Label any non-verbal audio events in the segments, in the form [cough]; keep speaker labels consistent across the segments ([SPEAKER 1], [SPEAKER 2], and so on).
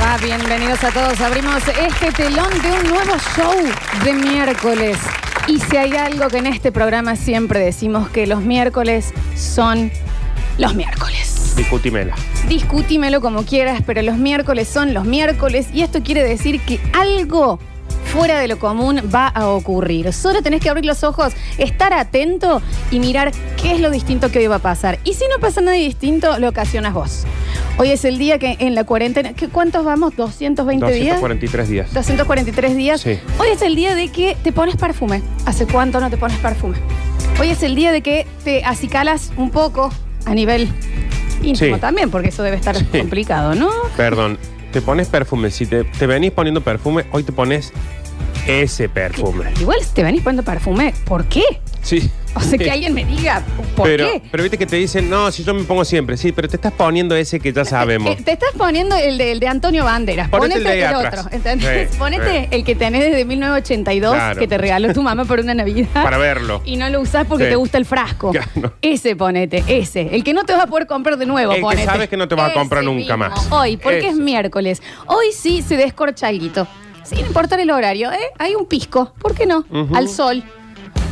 [SPEAKER 1] va? Bienvenidos a todos. Abrimos este telón de un nuevo show de miércoles. Y si hay algo que en este programa siempre decimos que los miércoles son los miércoles.
[SPEAKER 2] Discutímela.
[SPEAKER 1] Discútimelo como quieras, pero los miércoles son los miércoles y esto quiere decir que algo fuera de lo común va a ocurrir. Solo tenés que abrir los ojos, estar atento y mirar qué es lo distinto que hoy va a pasar. Y si no pasa nada distinto, lo ocasionas vos. Hoy es el día que en la cuarentena, ¿qué- ¿cuántos vamos? ¿220 días?
[SPEAKER 2] 243 días.
[SPEAKER 1] 243 días.
[SPEAKER 2] Sí.
[SPEAKER 1] Hoy es el día de que te pones perfume. ¿Hace cuánto no te pones perfume? Hoy es el día de que te acicalas un poco a nivel íntimo
[SPEAKER 2] Sí.
[SPEAKER 1] también, porque eso debe estar
[SPEAKER 2] Sí.
[SPEAKER 1] complicado, ¿no?
[SPEAKER 2] Perdón, te pones perfume. Si te, te venís poniendo perfume, hoy te pones ese perfume.
[SPEAKER 1] Igual si te venís poniendo perfume, ¿por qué?
[SPEAKER 2] Sí.
[SPEAKER 1] O sea, que alguien me diga, ¿por
[SPEAKER 2] pero,
[SPEAKER 1] qué?
[SPEAKER 2] pero viste que te dicen, no, si yo me pongo siempre. Sí, pero te estás poniendo ese que ya sabemos.
[SPEAKER 1] Eh, te estás poniendo el de, el de Antonio Banderas.
[SPEAKER 2] Ponete
[SPEAKER 1] Ponete,
[SPEAKER 2] el
[SPEAKER 1] el,
[SPEAKER 2] de atrás.
[SPEAKER 1] otro. ¿entendés? [laughs]
[SPEAKER 2] Sí,
[SPEAKER 1] Ponete
[SPEAKER 2] sí.
[SPEAKER 1] el que tenés desde 1982,
[SPEAKER 2] Claro.
[SPEAKER 1] que te regaló tu mamá por una Navidad.
[SPEAKER 2] [laughs] Para verlo.
[SPEAKER 1] Y no lo usás porque
[SPEAKER 2] Sí.
[SPEAKER 1] te gusta el frasco.
[SPEAKER 2] Claro.
[SPEAKER 1] Ese ponete, ese. El que no te vas a poder comprar de nuevo,
[SPEAKER 2] El que
[SPEAKER 1] ponete.
[SPEAKER 2] sabes que no te vas a
[SPEAKER 1] Ese
[SPEAKER 2] comprar
[SPEAKER 1] mismo.
[SPEAKER 2] nunca más.
[SPEAKER 1] Hoy, porque
[SPEAKER 2] Ese.
[SPEAKER 1] es miércoles. Hoy sí se descorcha alguito. Sin importar el horario, ¿eh? Hay un pisco. ¿Por qué no?
[SPEAKER 2] Ujú.
[SPEAKER 1] Al sol.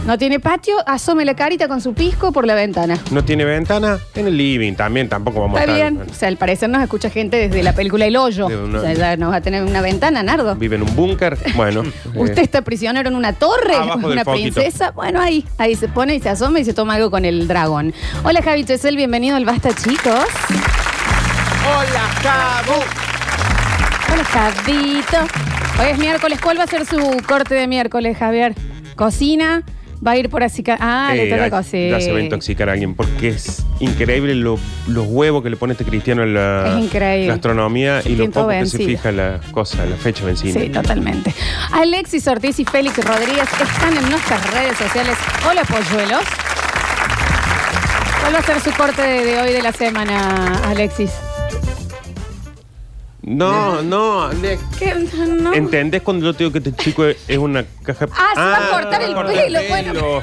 [SPEAKER 1] No tiene patio, asome la carita con su pisco por la ventana.
[SPEAKER 2] No tiene ventana, en el living también, tampoco vamos
[SPEAKER 1] Está
[SPEAKER 2] a estar.
[SPEAKER 1] bien. O sea, al parecer nos escucha gente desde la película El Hoyo.
[SPEAKER 2] De una-
[SPEAKER 1] O sea, ya nos va a tener una ventana, Nardo.
[SPEAKER 2] Vive en un búnker. Bueno.
[SPEAKER 1] [laughs] Usted
[SPEAKER 2] eh,
[SPEAKER 1] está prisionero en una torre,
[SPEAKER 2] Abajo del
[SPEAKER 1] una
[SPEAKER 2] foquito.
[SPEAKER 1] princesa. Bueno, ahí, ahí se pone y se asoma y se toma algo con el dragón. Hola Javi Chesel, bienvenido al Basta, chicos.
[SPEAKER 2] Hola, Cabu.
[SPEAKER 1] Hola Javito. Hoy es miércoles. ¿Cuál va a ser su corte de miércoles, Javier? Cocina. Va a ir por así. ca- Ah,
[SPEAKER 2] Eh,
[SPEAKER 1] le toca
[SPEAKER 2] ay,
[SPEAKER 1] cocina.
[SPEAKER 2] ya se va a intoxicar a alguien porque es increíble lo- los huevos que le pone este cristiano en la
[SPEAKER 1] Es increíble.
[SPEAKER 2] gastronomía y lo
[SPEAKER 1] siento
[SPEAKER 2] poco que
[SPEAKER 1] vencida.
[SPEAKER 2] se fija la cosa, la fecha vencida.
[SPEAKER 1] Sí, totalmente. Alexis Ortiz y Félix Rodríguez están en nuestras redes sociales. Hola, polluelos. ¿Cuál va a ser su corte de, de hoy de la semana, Alexis?
[SPEAKER 2] No, no, ne-
[SPEAKER 1] ¿Qué? No.
[SPEAKER 2] ¿entendés cuando yo te digo que este chico es es una caja?
[SPEAKER 1] Ah, se va a cortar el pelo, bueno.
[SPEAKER 2] pelo.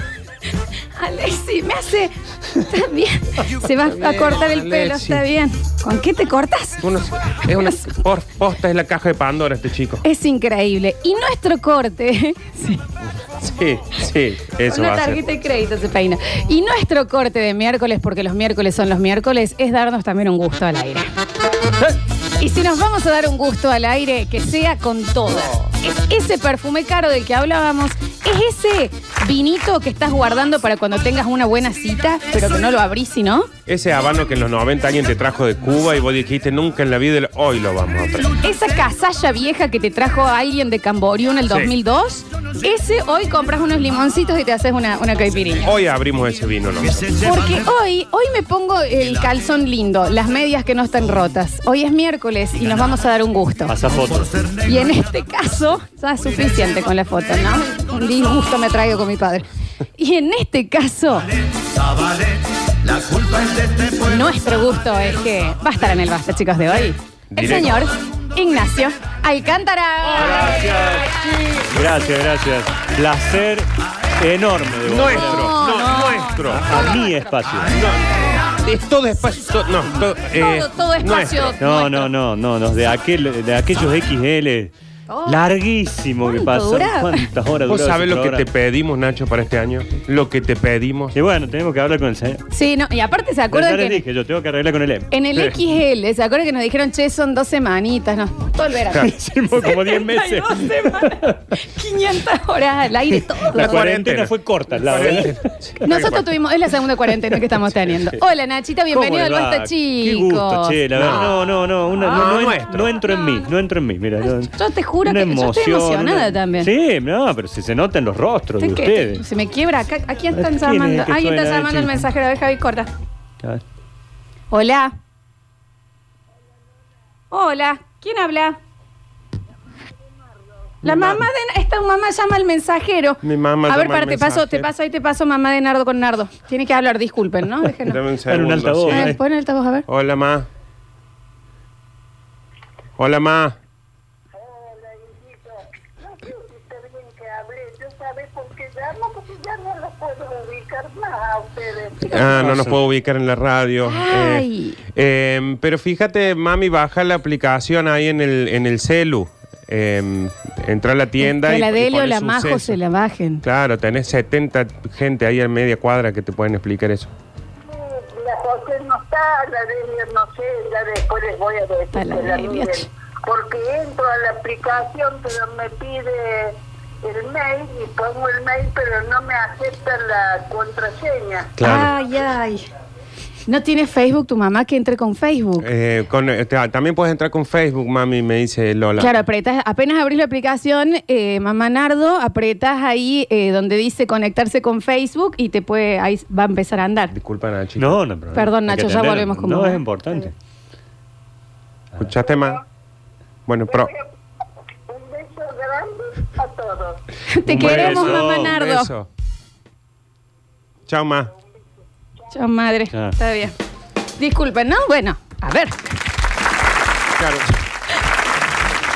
[SPEAKER 1] Alexis, me hace. Está
[SPEAKER 2] [laughs]
[SPEAKER 1] bien. Se va a cortar el pelo,
[SPEAKER 2] Alexis.
[SPEAKER 1] está bien. ¿Con qué te cortas?
[SPEAKER 2] Uno- es una por- posta, es la caja de Pandora este chico.
[SPEAKER 1] Es increíble. Y nuestro corte. Sí.
[SPEAKER 2] Sí, sí, eso
[SPEAKER 1] Una
[SPEAKER 2] va a ser.
[SPEAKER 1] tarjeta de crédito se peina. Y nuestro corte de miércoles, porque los miércoles son los miércoles, es darnos también un gusto al aire.
[SPEAKER 2] Eh,
[SPEAKER 1] Y si nos vamos a dar un gusto al aire, que sea con todas. Es ese perfume caro del que hablábamos, es ese vinito que estás guardando para cuando tengas una buena cita, pero que no lo abrís, ¿no?
[SPEAKER 2] Ese habano que en los 90 alguien te trajo de Cuba y vos dijiste nunca en la vida, el- hoy lo vamos a traer.
[SPEAKER 1] Esa casalla vieja que te trajo alguien de Camboriú en el
[SPEAKER 2] Sí.
[SPEAKER 1] 2002, ese hoy compras unos limoncitos y te haces una, una caipirinha.
[SPEAKER 2] Hoy abrimos ese vino nosotros.
[SPEAKER 1] Porque hoy, hoy me pongo el calzón lindo, las medias que no están rotas. Hoy es miércoles y nos vamos a dar un gusto.
[SPEAKER 3] Pasa fotos.
[SPEAKER 1] Y en este caso, ya es suficiente con la foto, ¿no? Un disgusto me traigo con mi padre. Y en este caso,
[SPEAKER 3] La culpa es de este pueblo.
[SPEAKER 1] nuestro gusto es que va a estar en el Basta, chicos, de hoy. El
[SPEAKER 2] Directo.
[SPEAKER 1] señor Ignacio Alcántara.
[SPEAKER 3] Gracias, gracias. Placer enorme de volver
[SPEAKER 2] Nuestro, no,
[SPEAKER 1] No, no.
[SPEAKER 2] nuestro.
[SPEAKER 3] a mi espacio.
[SPEAKER 2] Es todo espacio. to- no, to- eh,
[SPEAKER 1] Todo, todo espacio.
[SPEAKER 2] nuestro.
[SPEAKER 3] No, no,
[SPEAKER 1] nuestro.
[SPEAKER 3] no, no, no, de, aquel, de aquellos XL.
[SPEAKER 1] Oh.
[SPEAKER 3] Larguísimo que
[SPEAKER 1] ¿Cuánto
[SPEAKER 3] pasó.
[SPEAKER 1] duraba?
[SPEAKER 3] ¿Cuántas horas
[SPEAKER 2] ¿Vos
[SPEAKER 3] duró
[SPEAKER 2] sabés
[SPEAKER 3] ese
[SPEAKER 2] lo que te
[SPEAKER 3] programa?
[SPEAKER 2] pedimos, Nacho, para este año? Lo que te pedimos.
[SPEAKER 3] Y bueno, tenemos que hablar con el señor.
[SPEAKER 1] Sí, no, y aparte se
[SPEAKER 3] Pero
[SPEAKER 1] acuerdan
[SPEAKER 3] Ya les
[SPEAKER 1] que
[SPEAKER 3] dije, yo tengo que arreglar con el M.
[SPEAKER 1] en el XL, ¿se acuerdan que nos dijeron, che, son dos semanitas? No, todo el verano.
[SPEAKER 2] Claro.
[SPEAKER 3] Hicimos como 10
[SPEAKER 1] [laughs]
[SPEAKER 3] meses.
[SPEAKER 1] 72 semanas, 500 horas al aire todo.
[SPEAKER 3] La cuarentena fue corta, la verdad.
[SPEAKER 1] Nosotros tuvimos, es la segunda cuarentena que estamos teniendo. Hola Nachita, bienvenido al
[SPEAKER 3] ¿Cómo le va?
[SPEAKER 1] Basta Chicos.
[SPEAKER 3] Qué gusto, che, la verdad. No, no, no. una-
[SPEAKER 2] Ah,
[SPEAKER 3] no, no, en-
[SPEAKER 2] nuestro.
[SPEAKER 3] no entro en mí, no entro en mí. Mira, yo,
[SPEAKER 1] Ah. Yo te juro
[SPEAKER 3] una
[SPEAKER 1] que yo estoy
[SPEAKER 3] emoción,
[SPEAKER 1] emocionada
[SPEAKER 3] una-
[SPEAKER 1] también.
[SPEAKER 3] Sí, no, pero si se nota en los rostros de
[SPEAKER 1] Estoy que-
[SPEAKER 3] ustedes.
[SPEAKER 1] se me quiebra acá. ¿A quién
[SPEAKER 3] ¿Quién
[SPEAKER 1] están
[SPEAKER 3] es
[SPEAKER 1] llamando?
[SPEAKER 3] que
[SPEAKER 1] Alguien está
[SPEAKER 3] suena,
[SPEAKER 1] llamando el
[SPEAKER 3] chico?
[SPEAKER 1] mensajero. A ver, Javi, corta.
[SPEAKER 3] A
[SPEAKER 4] Ah,
[SPEAKER 3] ver.
[SPEAKER 1] Hola. Hola. ¿Quién habla? La mamá de... Esta mamá llama al mensajero.
[SPEAKER 2] Mi mamá
[SPEAKER 1] A ver,
[SPEAKER 2] llama al
[SPEAKER 1] para, te paso, te
[SPEAKER 2] mensajero.
[SPEAKER 1] paso, ahí te paso mamá de Nardo con Nardo. Tiene que hablar,
[SPEAKER 3] [laughs]
[SPEAKER 1] disculpen, ¿no? Déjenos.
[SPEAKER 2] Dame un
[SPEAKER 3] Era un eh.
[SPEAKER 2] segundo,
[SPEAKER 3] altavoz,
[SPEAKER 1] A
[SPEAKER 2] sí.
[SPEAKER 1] ver, pon el altavoz, a ver.
[SPEAKER 2] Hola, ma. Hola, ma.
[SPEAKER 5] Hola, hijito. No creo que está bien que hable. Yo sabes por qué llamo, porque ya no los puedo ubicar más a ustedes.
[SPEAKER 2] Ah, no nos
[SPEAKER 4] pasa?
[SPEAKER 2] puedo ubicar en la radio.
[SPEAKER 1] Ay.
[SPEAKER 2] Eh, eh, pero fíjate, mami, baja la aplicación ahí en el, en el celu. Eh, entra a la tienda
[SPEAKER 1] Que
[SPEAKER 2] y
[SPEAKER 1] la
[SPEAKER 2] y
[SPEAKER 1] Delio,
[SPEAKER 2] pone
[SPEAKER 1] la Majo
[SPEAKER 2] suceso.
[SPEAKER 1] se la bajen.
[SPEAKER 2] Claro, tenés 70 gente ahí en media cuadra que te pueden explicar eso.
[SPEAKER 5] Sí, La José no está, la Delia no sé, ya después les voy a decir
[SPEAKER 1] A la
[SPEAKER 5] que la
[SPEAKER 1] Delia.
[SPEAKER 5] miren. Porque entro a la aplicación, pero me pide el mail y pongo el mail, pero no me acepta la contraseña.
[SPEAKER 2] Claro.
[SPEAKER 1] Ay, ay. No tiene Facebook tu mamá que entre con Facebook.
[SPEAKER 2] Eh, con- eh, ta- también puedes entrar con Facebook, mami, me dice Lola.
[SPEAKER 1] Claro, apretas, apenas abrís la aplicación, eh, mamá Nardo, apretas ahí eh, donde dice conectarse con Facebook y te puede, ahí va a empezar a andar.
[SPEAKER 2] Disculpa, Nachi.
[SPEAKER 4] No, no, pero-
[SPEAKER 1] Perdón,
[SPEAKER 4] hay que
[SPEAKER 1] Nacho, ya
[SPEAKER 4] atender.
[SPEAKER 1] volvemos Eh, con
[SPEAKER 4] No,
[SPEAKER 1] vos.
[SPEAKER 4] es importante.
[SPEAKER 2] ¿Escuchaste más? Bueno, pero.
[SPEAKER 5] Un beso grande a todos.
[SPEAKER 1] Te
[SPEAKER 4] Un
[SPEAKER 1] queremos,
[SPEAKER 4] beso,
[SPEAKER 1] mamá
[SPEAKER 4] un
[SPEAKER 1] Nardo.
[SPEAKER 2] Eso. Chao, ma.
[SPEAKER 1] Chao, madre.
[SPEAKER 4] Ah.
[SPEAKER 1] Está bien. Disculpen, ¿no? Bueno, a ver.
[SPEAKER 2] Claro.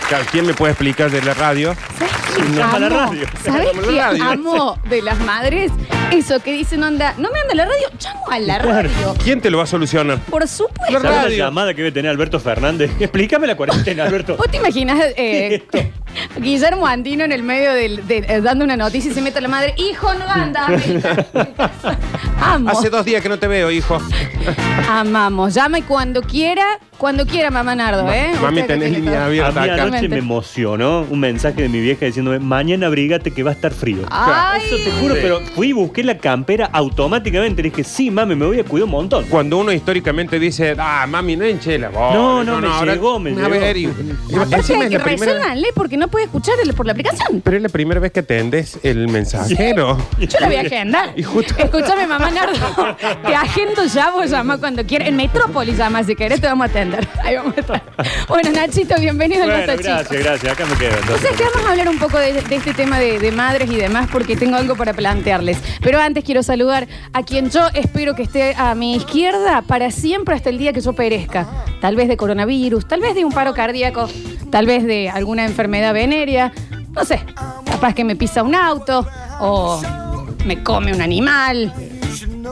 [SPEAKER 2] Claro, ¿quién me puede explicar de la radio?
[SPEAKER 1] ¿Sabes quién
[SPEAKER 4] Llama a la
[SPEAKER 1] amo?
[SPEAKER 4] radio.
[SPEAKER 1] ¿Sabes
[SPEAKER 2] Llama a la
[SPEAKER 1] quién
[SPEAKER 2] radio.
[SPEAKER 1] amo de las madres? Eso que dicen, onda, no me anda la radio, llamo a la radio.
[SPEAKER 2] ¿Quién te lo va a solucionar?
[SPEAKER 1] Por supuesto.
[SPEAKER 2] La
[SPEAKER 4] ¿Sabes
[SPEAKER 2] radio.
[SPEAKER 4] la llamada que debe tener Alberto Fernández? [laughs] Explícame la cuarentena, Alberto.
[SPEAKER 1] ¿Vos te imaginas eh, [laughs] Guillermo Andino en el medio del, de- eh, dando una noticia y se mete la madre? Hijo, no anda. [laughs] Amo.
[SPEAKER 2] Hace dos días que no te veo, hijo.
[SPEAKER 1] Amamos. Llama y cuando quiera, cuando quiera, mamá Nardo, ¿eh? Usted
[SPEAKER 2] Mami,
[SPEAKER 1] que
[SPEAKER 2] tenés
[SPEAKER 1] tiene
[SPEAKER 2] línea
[SPEAKER 1] todo.
[SPEAKER 4] A
[SPEAKER 2] abierta
[SPEAKER 4] mí
[SPEAKER 2] acá.
[SPEAKER 4] anoche
[SPEAKER 1] Totalmente.
[SPEAKER 4] me emocionó un mensaje de mi vieja diciéndome, mañana abrígate que va a estar frío.
[SPEAKER 1] Ay.
[SPEAKER 4] Eso te juro,
[SPEAKER 2] Sí.
[SPEAKER 4] pero fui y busqué la campera automáticamente. Le dije, sí, mami, me voy a cuidar un montón.
[SPEAKER 2] Cuando uno históricamente dice, ah, mami, no enchela.
[SPEAKER 4] No, no, me llegó, me
[SPEAKER 2] A ver,
[SPEAKER 4] llegó.
[SPEAKER 2] y-
[SPEAKER 1] Aparte
[SPEAKER 2] encima
[SPEAKER 1] hay
[SPEAKER 2] es
[SPEAKER 1] que
[SPEAKER 2] la primera...
[SPEAKER 1] resuélvanle porque no puede escuchar el- por la aplicación.
[SPEAKER 2] Pero es la primera vez que atendes el mensajero.
[SPEAKER 1] Yo la voy a agendar.
[SPEAKER 2] Y justo-
[SPEAKER 1] Escúchame, mamá Nardo. Te agendo ya, vos llama cuando quieras. En Metrópolis llama si querés, te vamos a atender. Ahí vamos a estar. Bueno, Nachito, bienvenido
[SPEAKER 4] Bueno,
[SPEAKER 1] al Basta Chicos.
[SPEAKER 4] gracias, gracias. Acá me quedo.
[SPEAKER 1] O
[SPEAKER 4] entonces.
[SPEAKER 1] sea que vamos a hablar un poco de, de este tema de, de madres y demás porque tengo algo para plantearles. Pero antes quiero saludar a quien yo espero que esté a mi izquierda para siempre hasta el día que yo perezca. Tal vez de coronavirus, tal vez de un paro cardíaco, tal vez de alguna enfermedad venérea, no sé. Capaz que me pisa un auto o me come un animal.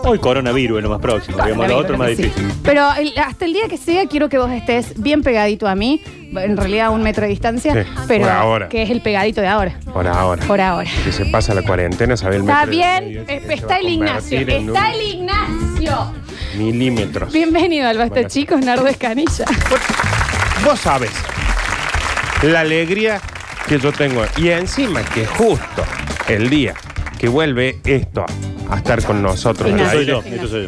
[SPEAKER 4] Hoy coronavirus es lo más próximo. digamos, lo otro es más
[SPEAKER 1] Sí.
[SPEAKER 4] difícil.
[SPEAKER 1] Pero el- hasta el día que sea quiero que vos estés bien pegadito a mí, en realidad a un metro de distancia,
[SPEAKER 2] Sí,
[SPEAKER 1] pero
[SPEAKER 2] por ahora.
[SPEAKER 1] que es el pegadito de ahora.
[SPEAKER 2] Por ahora.
[SPEAKER 1] Por ahora.
[SPEAKER 2] Que se pasa la cuarentena, sabe el
[SPEAKER 1] Está
[SPEAKER 2] metro de
[SPEAKER 1] bien,
[SPEAKER 2] medio,
[SPEAKER 1] eh,
[SPEAKER 2] que se va
[SPEAKER 1] está
[SPEAKER 2] a
[SPEAKER 1] el Ignacio,
[SPEAKER 2] convertir en
[SPEAKER 1] está
[SPEAKER 2] un
[SPEAKER 1] el Ignacio.
[SPEAKER 2] Milímetros.
[SPEAKER 1] Bienvenido al Basta
[SPEAKER 2] Bueno.
[SPEAKER 1] Chicos, Nardo Escanilla.
[SPEAKER 2] Vos sabes la alegría que yo tengo. Y encima que justo el día que vuelve esto a estar con nosotros,
[SPEAKER 4] Esto
[SPEAKER 1] Ignacio.
[SPEAKER 4] soy
[SPEAKER 2] al
[SPEAKER 4] yo,
[SPEAKER 2] aire,
[SPEAKER 4] esto soy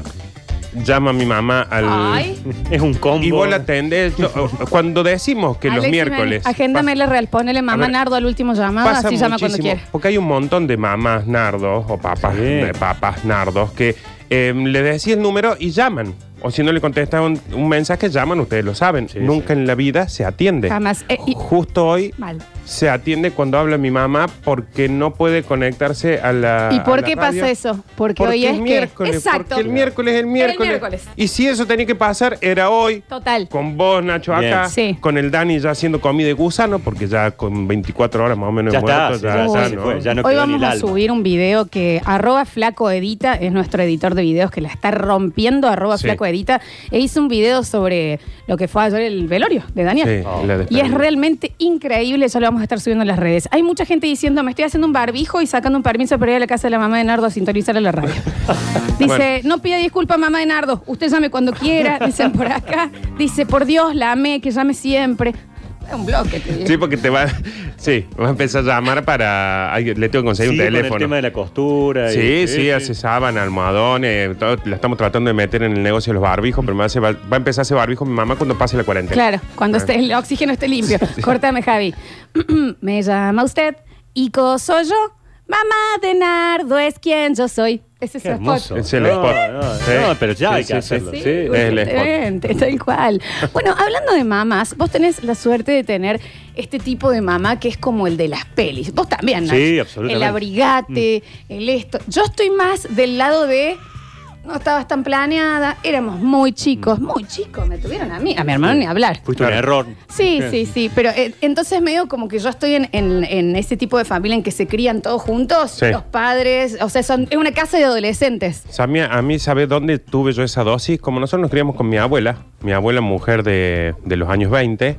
[SPEAKER 4] yo.
[SPEAKER 2] llama a mi mamá al...
[SPEAKER 1] Ay,
[SPEAKER 4] Es un combo.
[SPEAKER 2] Y vos la atendés. Yo- Cuando decimos que los
[SPEAKER 1] Alexi,
[SPEAKER 2] miércoles...
[SPEAKER 1] vení. Agéndame la real, ponele mamá
[SPEAKER 2] A ver,
[SPEAKER 1] Nardo al último llamado,
[SPEAKER 2] Pasa
[SPEAKER 1] así Ah, llama cuando
[SPEAKER 2] muchísimo,
[SPEAKER 1] quiera.
[SPEAKER 2] Porque hay un montón de mamás nardos o papas,
[SPEAKER 4] Sí.
[SPEAKER 2] de papas nardos que eh, le decís el número y llaman. O si no le contestan un, un mensaje, llaman, ustedes lo saben.
[SPEAKER 4] Sí,
[SPEAKER 2] Nunca en la vida se atiende.
[SPEAKER 1] Jamás. Eh, y-
[SPEAKER 2] Justo hoy
[SPEAKER 1] Mal.
[SPEAKER 2] se atiende cuando habla mi mamá porque no puede conectarse a la.
[SPEAKER 1] ¿Y por
[SPEAKER 2] a la
[SPEAKER 1] qué
[SPEAKER 2] radio.
[SPEAKER 1] pasa eso? Porque,
[SPEAKER 2] Porque
[SPEAKER 1] hoy
[SPEAKER 2] es
[SPEAKER 1] es que-
[SPEAKER 2] miércoles.
[SPEAKER 1] Exacto.
[SPEAKER 2] Porque el miércoles es el miércoles.
[SPEAKER 1] miércoles.
[SPEAKER 2] Y si eso tenía que pasar, era hoy.
[SPEAKER 1] Total.
[SPEAKER 2] Con vos, Nacho,
[SPEAKER 4] Bien.
[SPEAKER 2] acá.
[SPEAKER 1] Sí.
[SPEAKER 2] Con el Dani ya haciendo comida de gusano, porque ya con 24 horas más o menos
[SPEAKER 4] Ya
[SPEAKER 2] he
[SPEAKER 4] está, sí, ya,
[SPEAKER 1] ya
[SPEAKER 2] ya
[SPEAKER 1] se
[SPEAKER 2] ¿no?
[SPEAKER 4] fue, ya no
[SPEAKER 1] Hoy
[SPEAKER 4] quedó ni
[SPEAKER 1] vamos
[SPEAKER 4] el
[SPEAKER 1] a
[SPEAKER 4] alma.
[SPEAKER 1] subir un video que arroba flaco edita, es nuestro editor de videos que la está rompiendo, arroba
[SPEAKER 2] Sí.
[SPEAKER 1] flaco edita, e hizo un video sobre lo que fue ayer el velorio de Daniel.
[SPEAKER 2] Sí,
[SPEAKER 4] Oh.
[SPEAKER 2] la
[SPEAKER 1] Y
[SPEAKER 2] despedida.
[SPEAKER 1] es realmente increíble, eso lo vamos a estar subiendo en las redes. Hay mucha gente diciendo, me estoy haciendo un barbijo y sacando un permiso para ir a la casa de la mamá de Nardo a sintonizar a la
[SPEAKER 2] [laughs]
[SPEAKER 1] radio. Dice,
[SPEAKER 2] Bueno.
[SPEAKER 1] no pida disculpas, mamá de Nardo, usted llame cuando
[SPEAKER 2] [laughs]
[SPEAKER 1] quiera, dicen por acá. Dice, por Dios, la amé, que llame siempre. Es un bloque. te digo.
[SPEAKER 2] Sí, porque te va. Sí, vas a empezar a llamar para. ay, le tengo que conseguir un
[SPEAKER 4] Sí, Con el tema
[SPEAKER 2] teléfono.
[SPEAKER 4] de la costura.
[SPEAKER 2] Sí,
[SPEAKER 4] y-
[SPEAKER 2] sí, hace sábana, almohadones, todo, la estamos tratando de meter en el negocio de los barbijos, pero me hace- va, va a empezar a hacer barbijo mi mamá cuando pase la cuarentena.
[SPEAKER 1] Claro, cuando
[SPEAKER 2] Ah.
[SPEAKER 1] esté, el oxígeno esté limpio. Córtame, Javi. [clears throat] Me llama usted, Ico soy yo, mamá de Nardo es quien yo soy. Ese es
[SPEAKER 4] Qué
[SPEAKER 1] su spot.
[SPEAKER 4] hermoso.
[SPEAKER 2] Es el
[SPEAKER 4] no,
[SPEAKER 2] spot.
[SPEAKER 4] No,
[SPEAKER 2] Sí.
[SPEAKER 4] no, pero ya
[SPEAKER 2] Sí,
[SPEAKER 4] hay
[SPEAKER 2] sí,
[SPEAKER 4] que
[SPEAKER 2] sí.
[SPEAKER 4] hacerlo.
[SPEAKER 1] Sí,
[SPEAKER 4] sí.
[SPEAKER 2] es el
[SPEAKER 1] urgentemente, tal cual. Bueno, hablando de mamás, vos tenés la suerte de tener este tipo de mamá que es como el de las pelis. Vos también, Nacho.
[SPEAKER 4] Sí, absolutamente.
[SPEAKER 1] El abrigate, el esto. Yo estoy más del lado de no estabas tan planeada, éramos muy chicos, muy chicos, me tuvieron a mí, a mi hermano ni hablar.
[SPEAKER 4] Fuiste un
[SPEAKER 2] Claro.
[SPEAKER 4] error.
[SPEAKER 1] Sí, sí, sí, pero eh, entonces medio como que yo estoy en, en- en ese tipo de familia en que se crían todos juntos,
[SPEAKER 2] Sí.
[SPEAKER 1] los padres, o sea, son, es una casa de adolescentes.
[SPEAKER 2] Samia, a mí, ¿sabes dónde tuve yo esa dosis? Como nosotros nos criamos con mi abuela, mi abuela mujer de, de los años 20,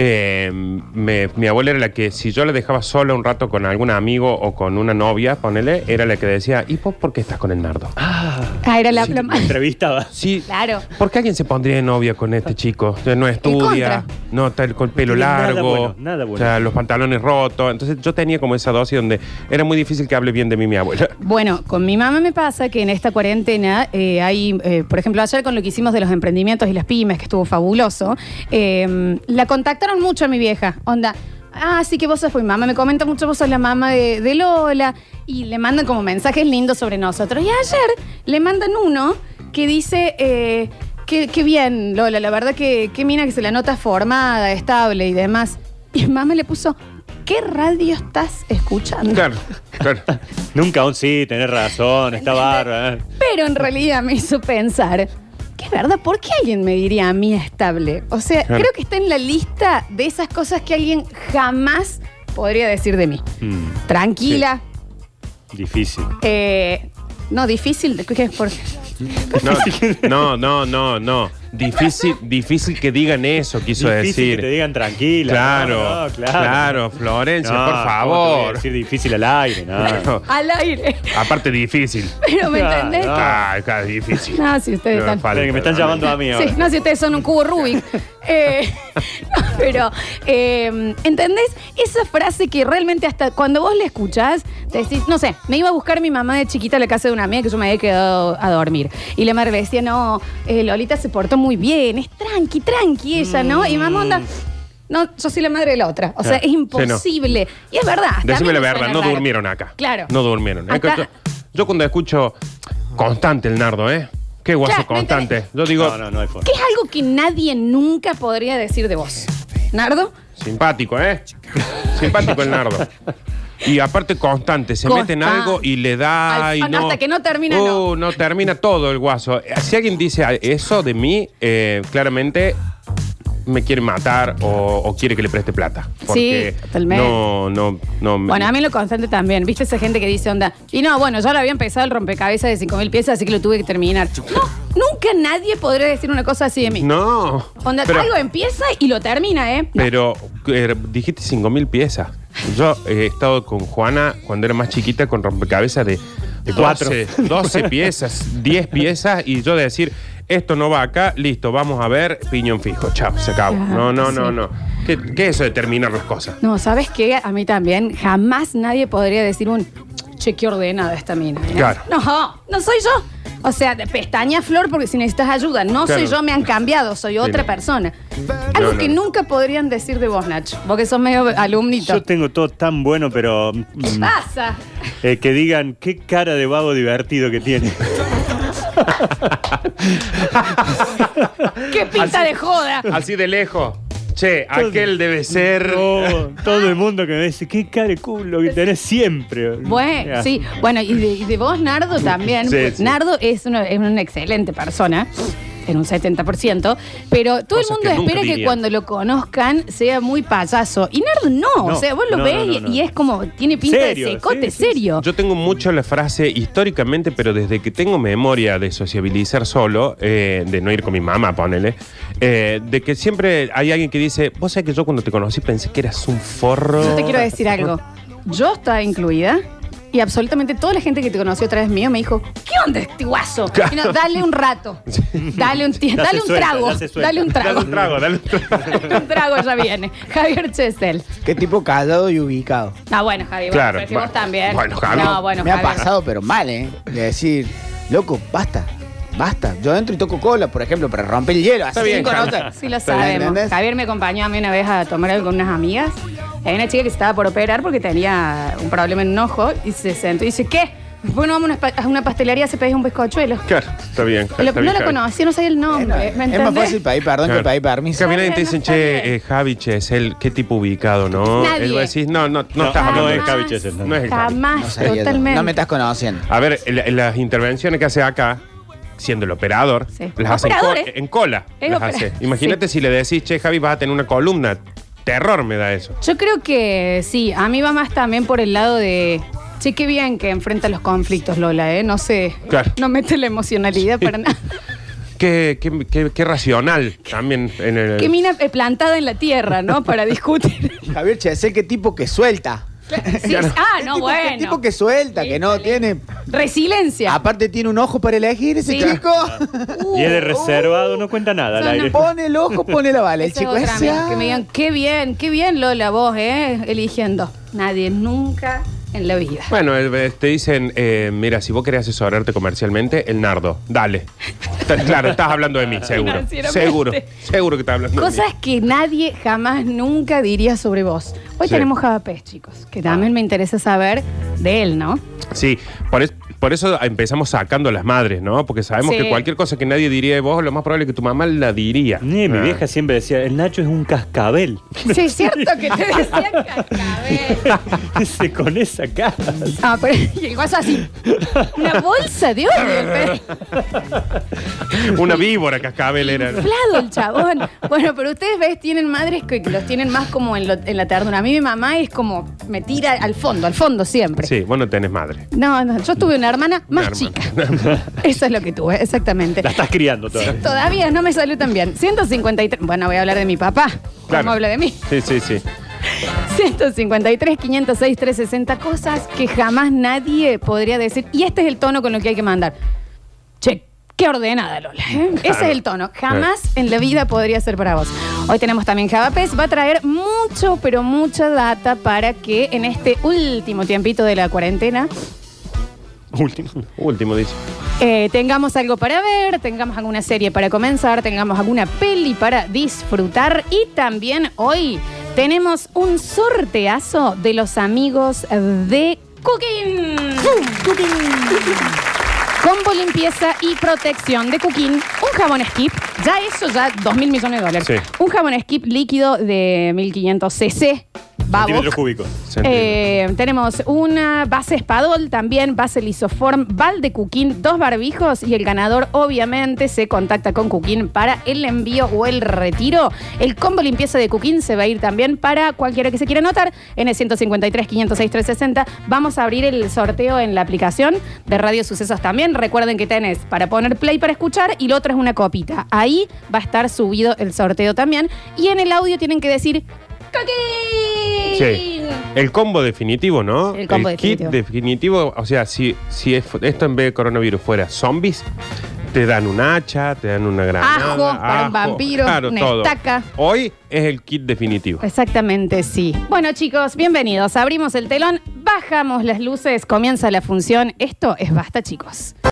[SPEAKER 2] eh, me- mi abuela era la que, si yo la dejaba sola un rato con algún amigo o con una novia, ponele, era la que decía, ¿y vos por qué estás con el nardo?
[SPEAKER 1] Ah, era la,
[SPEAKER 4] Sí,
[SPEAKER 1] la
[SPEAKER 4] me entrevistabas.
[SPEAKER 2] Sí.
[SPEAKER 1] Claro.
[SPEAKER 2] ¿Por qué alguien se pondría de novia con este chico? O sea, no
[SPEAKER 1] contra.
[SPEAKER 2] estudia, no está el, con el pelo
[SPEAKER 4] No tiene nada
[SPEAKER 2] largo,
[SPEAKER 4] bueno, nada bueno.
[SPEAKER 2] o sea, los pantalones rotos. Entonces yo tenía como esa dosis donde era muy difícil que hable bien de mí
[SPEAKER 1] [laughs]
[SPEAKER 2] mi abuela.
[SPEAKER 1] Bueno, con mi mamá me pasa que en esta cuarentena eh, hay, eh, por ejemplo, ayer con lo que hicimos de los emprendimientos y las pymes, que estuvo fabuloso, eh, la contactaron mucho a mi vieja. Onda, ah, sí que vos sos mi mamá, me comenta mucho, vos sos la mamá de, de Lola, y le mandan como mensajes lindos sobre nosotros. Y ayer le mandan uno que dice... eh, Qué, qué bien, Lola, la verdad que qué mina que se la nota formada, estable y demás. Y mamá le puso, ¿qué radio estás escuchando?
[SPEAKER 2] Claro, claro.
[SPEAKER 4] Nunca aún sí, tenés razón, está bárbaro. ¿eh?
[SPEAKER 1] Pero en realidad me hizo pensar, que es verdad, ¿por qué alguien me diría a mí estable? O sea,
[SPEAKER 2] Claro.
[SPEAKER 1] creo que está en la lista de esas cosas que alguien jamás podría decir de mí.
[SPEAKER 2] Hmm.
[SPEAKER 4] Mm,
[SPEAKER 1] Tranquila,
[SPEAKER 4] difícil.
[SPEAKER 1] eh, no, difícil, ¿qué es por-
[SPEAKER 4] [laughs]
[SPEAKER 2] No, no, no, no, no. Difícil, difícil que digan eso, quiso
[SPEAKER 4] difícil
[SPEAKER 2] decir.
[SPEAKER 4] que te digan tranquila.
[SPEAKER 2] claro,
[SPEAKER 4] No, no,
[SPEAKER 2] claro, Florencia,
[SPEAKER 4] No,
[SPEAKER 2] por
[SPEAKER 4] ¿cómo te voy a
[SPEAKER 2] favor.
[SPEAKER 4] decir difícil al aire, no.
[SPEAKER 2] Claro.
[SPEAKER 1] al aire. [laughs]
[SPEAKER 2] Aparte difícil.
[SPEAKER 1] Pero ¿me
[SPEAKER 4] No,
[SPEAKER 1] entendés?
[SPEAKER 4] no.
[SPEAKER 2] Ah, claro, difícil.
[SPEAKER 1] No, si ustedes están-
[SPEAKER 2] falta,
[SPEAKER 4] Esperen, que me están
[SPEAKER 2] no,
[SPEAKER 4] llamando a mí ahora.
[SPEAKER 1] Sí, no, si ustedes son un cubo
[SPEAKER 2] [laughs]
[SPEAKER 1] Rubik. Eh, [laughs] no, pero, eh, ¿entendés? Esa frase que realmente hasta cuando vos la escuchás, te decís, no sé, me iba a buscar mi mamá de chiquita a la casa de una amiga que yo me había quedado a dormir. Y la madre le decía, no, eh, Lolita se portó muy bien, es tranqui, tranqui ella, ¿no? Y mamá onda... No, yo soy la madre de la otra. O sea,
[SPEAKER 2] Mm. Claro.
[SPEAKER 1] es
[SPEAKER 2] Sí, no.
[SPEAKER 1] imposible. Y es verdad. hasta a mí
[SPEAKER 2] Decime la
[SPEAKER 1] me
[SPEAKER 2] verdad,
[SPEAKER 1] suena
[SPEAKER 2] no
[SPEAKER 1] raro.
[SPEAKER 2] durmieron acá.
[SPEAKER 1] Claro.
[SPEAKER 2] No durmieron.
[SPEAKER 1] Acá-
[SPEAKER 2] Yo, yo cuando escucho constante el nardo, ¿eh? Qué guaso
[SPEAKER 1] Claro, ¿me
[SPEAKER 2] constante. Yo [laughs] digo,
[SPEAKER 4] No, no, no hay forma.
[SPEAKER 1] ¿Qué es algo que nadie nunca podría decir de vos? ¿Nardo?
[SPEAKER 2] simpático, ¿eh? simpático el nardo. Y aparte constante, se
[SPEAKER 1] Constante.
[SPEAKER 2] mete en algo y le da...
[SPEAKER 1] Al-
[SPEAKER 2] y
[SPEAKER 1] ah, no, hasta que no termina,
[SPEAKER 2] Uh, no termina todo el guaso. Si alguien dice eso de mí, eh, claramente me quiere matar o, o quiere que le preste plata. Porque
[SPEAKER 1] totalmente.
[SPEAKER 2] No, no, no.
[SPEAKER 1] Bueno, a mí lo constante también. ¿Viste esa gente que dice onda? Y no, bueno, ya lo había empezado el rompecabezas de 5.000 piezas, así que lo tuve que terminar. No, nunca nadie podría decir una cosa así de mí.
[SPEAKER 2] No.
[SPEAKER 1] Onda,
[SPEAKER 2] Pero-
[SPEAKER 1] algo empieza y lo termina, ¿eh? No.
[SPEAKER 2] Pero eh, dijiste 5.000 piezas. Yo eh, he estado con Juana cuando era más chiquita con rompecabezas de, de
[SPEAKER 4] cuatro.
[SPEAKER 2] 12, 12 piezas, 10 piezas y yo decir, esto no va acá, listo, vamos a ver, piñón fijo, chao, se acabó.
[SPEAKER 1] Claro,
[SPEAKER 2] No, no, no,
[SPEAKER 1] sí.
[SPEAKER 2] no. ¿Qué, qué es eso de terminar las cosas?
[SPEAKER 1] No, ¿sabes qué? A mí también jamás nadie podría decir un che, qué ordenada esta mina. ¿eh?
[SPEAKER 2] Claro.
[SPEAKER 1] No, no soy yo. O sea, de pestaña flor porque si necesitas ayuda. No
[SPEAKER 2] Claro.
[SPEAKER 1] soy yo, me han cambiado, soy otra
[SPEAKER 2] no.
[SPEAKER 1] persona. Algo
[SPEAKER 2] no.
[SPEAKER 1] que nunca podrían decir de vos, Nacho. Vos que sos medio alumnito.
[SPEAKER 4] Yo tengo todo tan bueno, pero. mm,
[SPEAKER 1] ¿Qué pasa?
[SPEAKER 4] eh, que digan qué cara de vago divertido que tiene.
[SPEAKER 1] ¿Qué pinta de joda?
[SPEAKER 2] Así de lejos. Che, [laughs] aquel debe ser.
[SPEAKER 4] Todo, todo el mundo que me dice qué cara de culo que tenés siempre.
[SPEAKER 1] Bueno,
[SPEAKER 4] Ya.
[SPEAKER 1] sí. Bueno, y de, y de vos, Nardo, también.
[SPEAKER 2] Sí, sí.
[SPEAKER 1] Nardo es una, es una excelente persona, en un 70%, pero todo
[SPEAKER 2] Cosas que
[SPEAKER 1] el mundo
[SPEAKER 2] nunca
[SPEAKER 1] espera que
[SPEAKER 2] dirían.
[SPEAKER 1] cuando lo conozcan sea muy payaso. Y Nardo no,
[SPEAKER 4] No,
[SPEAKER 1] o sea, vos lo
[SPEAKER 4] no,
[SPEAKER 1] ves
[SPEAKER 4] no, no,
[SPEAKER 1] y-
[SPEAKER 4] no.
[SPEAKER 1] y es como, tiene pinta
[SPEAKER 4] Serio,
[SPEAKER 1] de secote,
[SPEAKER 4] sí, sí, sí.
[SPEAKER 1] serio.
[SPEAKER 2] Yo tengo mucho la frase históricamente, pero desde que tengo memoria de sociabilizar solo, eh, de no ir con mi mamá, ponele, eh, de que siempre hay alguien que dice, vos sabés que yo cuando te conocí pensé que eras un forro.
[SPEAKER 1] Yo te quiero
[SPEAKER 2] [laughs]
[SPEAKER 1] decir algo. Yo estaba incluida y absolutamente toda la gente que te conoció a través mío me dijo, ¿qué onda este guaso? Y no, dale un
[SPEAKER 4] [laughs]
[SPEAKER 1] rato. Dale un, tie-
[SPEAKER 4] Ya
[SPEAKER 1] dale
[SPEAKER 4] se
[SPEAKER 1] un
[SPEAKER 4] suelta,
[SPEAKER 1] trago.
[SPEAKER 4] ya se suelta.
[SPEAKER 1] Dale un
[SPEAKER 2] Dale
[SPEAKER 4] [laughs]
[SPEAKER 1] trago. [laughs]
[SPEAKER 2] un trago, dale un trago.
[SPEAKER 1] Dale un trago, ya viene. Javier Chesel.
[SPEAKER 6] Qué tipo callado y ubicado.
[SPEAKER 1] Ah, bueno, Javi,
[SPEAKER 2] Claro,
[SPEAKER 1] bueno, pero si vos
[SPEAKER 2] bueno.
[SPEAKER 1] también.
[SPEAKER 2] Bueno, Javi.
[SPEAKER 1] No, bueno,
[SPEAKER 6] Me ha
[SPEAKER 1] Javi.
[SPEAKER 6] pasado, pero mal, ¿eh? De decir, loco, basta, basta. Yo entro y toco cola, por ejemplo, para romper el hielo. Así
[SPEAKER 2] Está bien,
[SPEAKER 6] cinco
[SPEAKER 2] Javi.
[SPEAKER 6] notas.
[SPEAKER 1] Sí, lo
[SPEAKER 6] Está bien,
[SPEAKER 1] sabemos.
[SPEAKER 6] ¿entendés?
[SPEAKER 1] Javier me acompañó a mí una vez a tomar algo con unas amigas. Hay una chica que se estaba por operar porque tenía un problema en un ojo y se sentó y dice, ¿qué? Bueno, vamos a una pa- a una pastelería, se pedís un bizcochuelo.
[SPEAKER 2] Claro, está bien.
[SPEAKER 1] Y lo-
[SPEAKER 2] está
[SPEAKER 1] no
[SPEAKER 2] bien,
[SPEAKER 1] la
[SPEAKER 2] Javi.
[SPEAKER 1] conocía, no sabía el
[SPEAKER 6] No,
[SPEAKER 1] nombre. ¿Me
[SPEAKER 6] es más
[SPEAKER 1] entendés?
[SPEAKER 6] fácil pedir perdón
[SPEAKER 2] Claro.
[SPEAKER 6] que pedir permiso.
[SPEAKER 2] Caminan y te dicen,
[SPEAKER 1] Está bien,
[SPEAKER 2] che, eh, Javi, che, es el, qué tipo ubicado, ¿no?
[SPEAKER 1] Nadie.
[SPEAKER 2] Y vos decís, no, no, no,
[SPEAKER 4] No,
[SPEAKER 2] estás
[SPEAKER 4] no
[SPEAKER 2] hablando
[SPEAKER 4] es
[SPEAKER 2] de-
[SPEAKER 4] Javi Chesel, no.
[SPEAKER 2] No es el Javi.
[SPEAKER 1] Jamás,
[SPEAKER 6] No sabía yo.
[SPEAKER 1] totalmente.
[SPEAKER 2] [laughs]
[SPEAKER 6] No me estás conociendo.
[SPEAKER 2] A ver, el- las intervenciones que hace acá siendo el operador,
[SPEAKER 1] Sí.
[SPEAKER 2] las hace en, co-
[SPEAKER 1] Operadores.
[SPEAKER 2] en cola.
[SPEAKER 1] Es
[SPEAKER 2] las
[SPEAKER 1] opera-
[SPEAKER 2] hace.
[SPEAKER 1] [laughs]
[SPEAKER 2] Imagínate si le decís, che, Javi, vas a tener una columna. Terror me da eso.
[SPEAKER 1] Yo creo que sí, a mí va más también por el lado de. Che, qué bien que enfrenta los conflictos, Lola, ¿eh? No sé.
[SPEAKER 2] Claro.
[SPEAKER 1] No mete la emocionalidad
[SPEAKER 2] [laughs]
[SPEAKER 1] para nada.
[SPEAKER 2] Qué, qué- qué- qué racional también en el.
[SPEAKER 1] Qué mina eh, plantada en la tierra, ¿no? [laughs] Para discutir.
[SPEAKER 6] Javier Chesel, qué tipo que suelta.
[SPEAKER 1] Sí, ah, no,
[SPEAKER 6] Qué tipo-
[SPEAKER 1] bueno.
[SPEAKER 6] Qué tipo que Ah, suelta, que no tiene.
[SPEAKER 1] Resiliencia.
[SPEAKER 6] Aparte, tiene un ojo para elegir ese
[SPEAKER 1] Sí. [laughs]
[SPEAKER 6] chico.
[SPEAKER 1] Uh,
[SPEAKER 4] Y es de reservado, no cuenta nada al
[SPEAKER 1] Son
[SPEAKER 4] aire.
[SPEAKER 6] Pone el ojo, pone la bala. El
[SPEAKER 1] esa es
[SPEAKER 6] chico
[SPEAKER 1] otra,
[SPEAKER 6] ese,
[SPEAKER 1] amiga,
[SPEAKER 6] ah.
[SPEAKER 1] Que me digan, qué bien, qué bien, Lola, vos, ¿eh? Eligiendo. Nadie nunca en la vida.
[SPEAKER 2] Bueno, el- eh, te dicen, eh, mira, si vos querés asesorarte comercialmente, el nardo, dale.
[SPEAKER 1] [laughs]
[SPEAKER 2] Está- claro, estás hablando de mí, seguro.
[SPEAKER 1] Financieramente.
[SPEAKER 2] Seguro, seguro que estás hablando de mí.
[SPEAKER 1] Cosas que nadie jamás nunca diría sobre vos. Hoy
[SPEAKER 2] Sí.
[SPEAKER 1] tenemos Javapés, chicos, que también me interesa saber de él, [laughs] ¿no?
[SPEAKER 2] Sí, por, es- por eso empezamos sacando a las madres, ¿no? Porque sabemos
[SPEAKER 1] Sí.
[SPEAKER 2] que cualquier cosa que nadie diría de vos, lo más probable es que tu mamá la diría.
[SPEAKER 4] Ni, mi
[SPEAKER 2] Ah.
[SPEAKER 4] vieja siempre decía, el Nacho es un cascabel.
[SPEAKER 1] Sí, [laughs] es cierto que te decía cascabel.
[SPEAKER 4] [laughs] Dice, con esa
[SPEAKER 1] [laughs]
[SPEAKER 4] cara.
[SPEAKER 1] Ah, pero y el guaso así. Una bolsa de odio. el [laughs] pe-
[SPEAKER 2] [laughs] Una víbora cascabel era.
[SPEAKER 1] Inflado el chabón. Bueno, pero ustedes ves, tienen madres que que los tienen más como en, lo- en la ternura. A mí mi mamá es como, me tira al fondo, al fondo siempre.
[SPEAKER 2] Sí, vos no tenés madre.
[SPEAKER 1] No, no, yo tuve una hermana
[SPEAKER 2] Una
[SPEAKER 1] más
[SPEAKER 2] hermana.
[SPEAKER 1] chica. Eso es lo que tuve, exactamente.
[SPEAKER 4] La estás criando todavía.
[SPEAKER 1] Todavía no me salió tan bien. 153. Bueno, voy a hablar de mi papá.
[SPEAKER 2] Claro.
[SPEAKER 1] ¿Cómo habla de mí?
[SPEAKER 2] Sí, sí, sí.
[SPEAKER 1] 153, 506, 360. Cosas que jamás nadie podría decir. Y este es el tono con el que hay que mandar. Che, qué ordenada, Lola. ¿eh? Ese es el tono. Jamás en la vida podría ser para vos. Hoy tenemos también Javapes. Va a traer mucho, pero mucha data para que en este último tiempito de la cuarentena
[SPEAKER 2] [laughs] Último. Último, dice.
[SPEAKER 1] eh, tengamos algo para ver, tengamos alguna serie para comenzar, tengamos alguna peli para disfrutar y también hoy tenemos un sorteazo de los amigos de Cooking. Combo limpieza y protección de Cooking. Un jabón skip, ya eso ya 2 mil millones de dólares.
[SPEAKER 2] Sí.
[SPEAKER 1] Un jabón skip líquido de 1500 cc. Babo.
[SPEAKER 4] Centímetros cúbicos.
[SPEAKER 2] Se entiende.
[SPEAKER 1] Eh, tenemos una base espadol, también base lisoform, balde cuquín, dos barbijos y el ganador obviamente se contacta con cuquín para el envío o el retiro. El combo limpieza de cuquín se va a ir también para cualquiera que se quiera anotar en el 153 506 360. Vamos a abrir el sorteo en la aplicación de Radio Sucesos también. Recuerden que tenés para poner play para escuchar y lo otro es una copita. Ahí va a estar subido el sorteo también. Y en el audio tienen que decir ¡Coquín!
[SPEAKER 2] Sí. El combo definitivo, ¿no?
[SPEAKER 1] El combo definitivo.
[SPEAKER 2] kit definitivo. O sea, si, si es- esto en vez de coronavirus fuera zombies, te dan un hacha, te dan una granada.
[SPEAKER 1] Ajo para un vampiro, una estaca.
[SPEAKER 2] Hoy es el kit definitivo.
[SPEAKER 1] Exactamente, sí. Bueno, chicos, bienvenidos. Abrimos el telón, bajamos las luces, comienza la función. Esto es basta, chicos.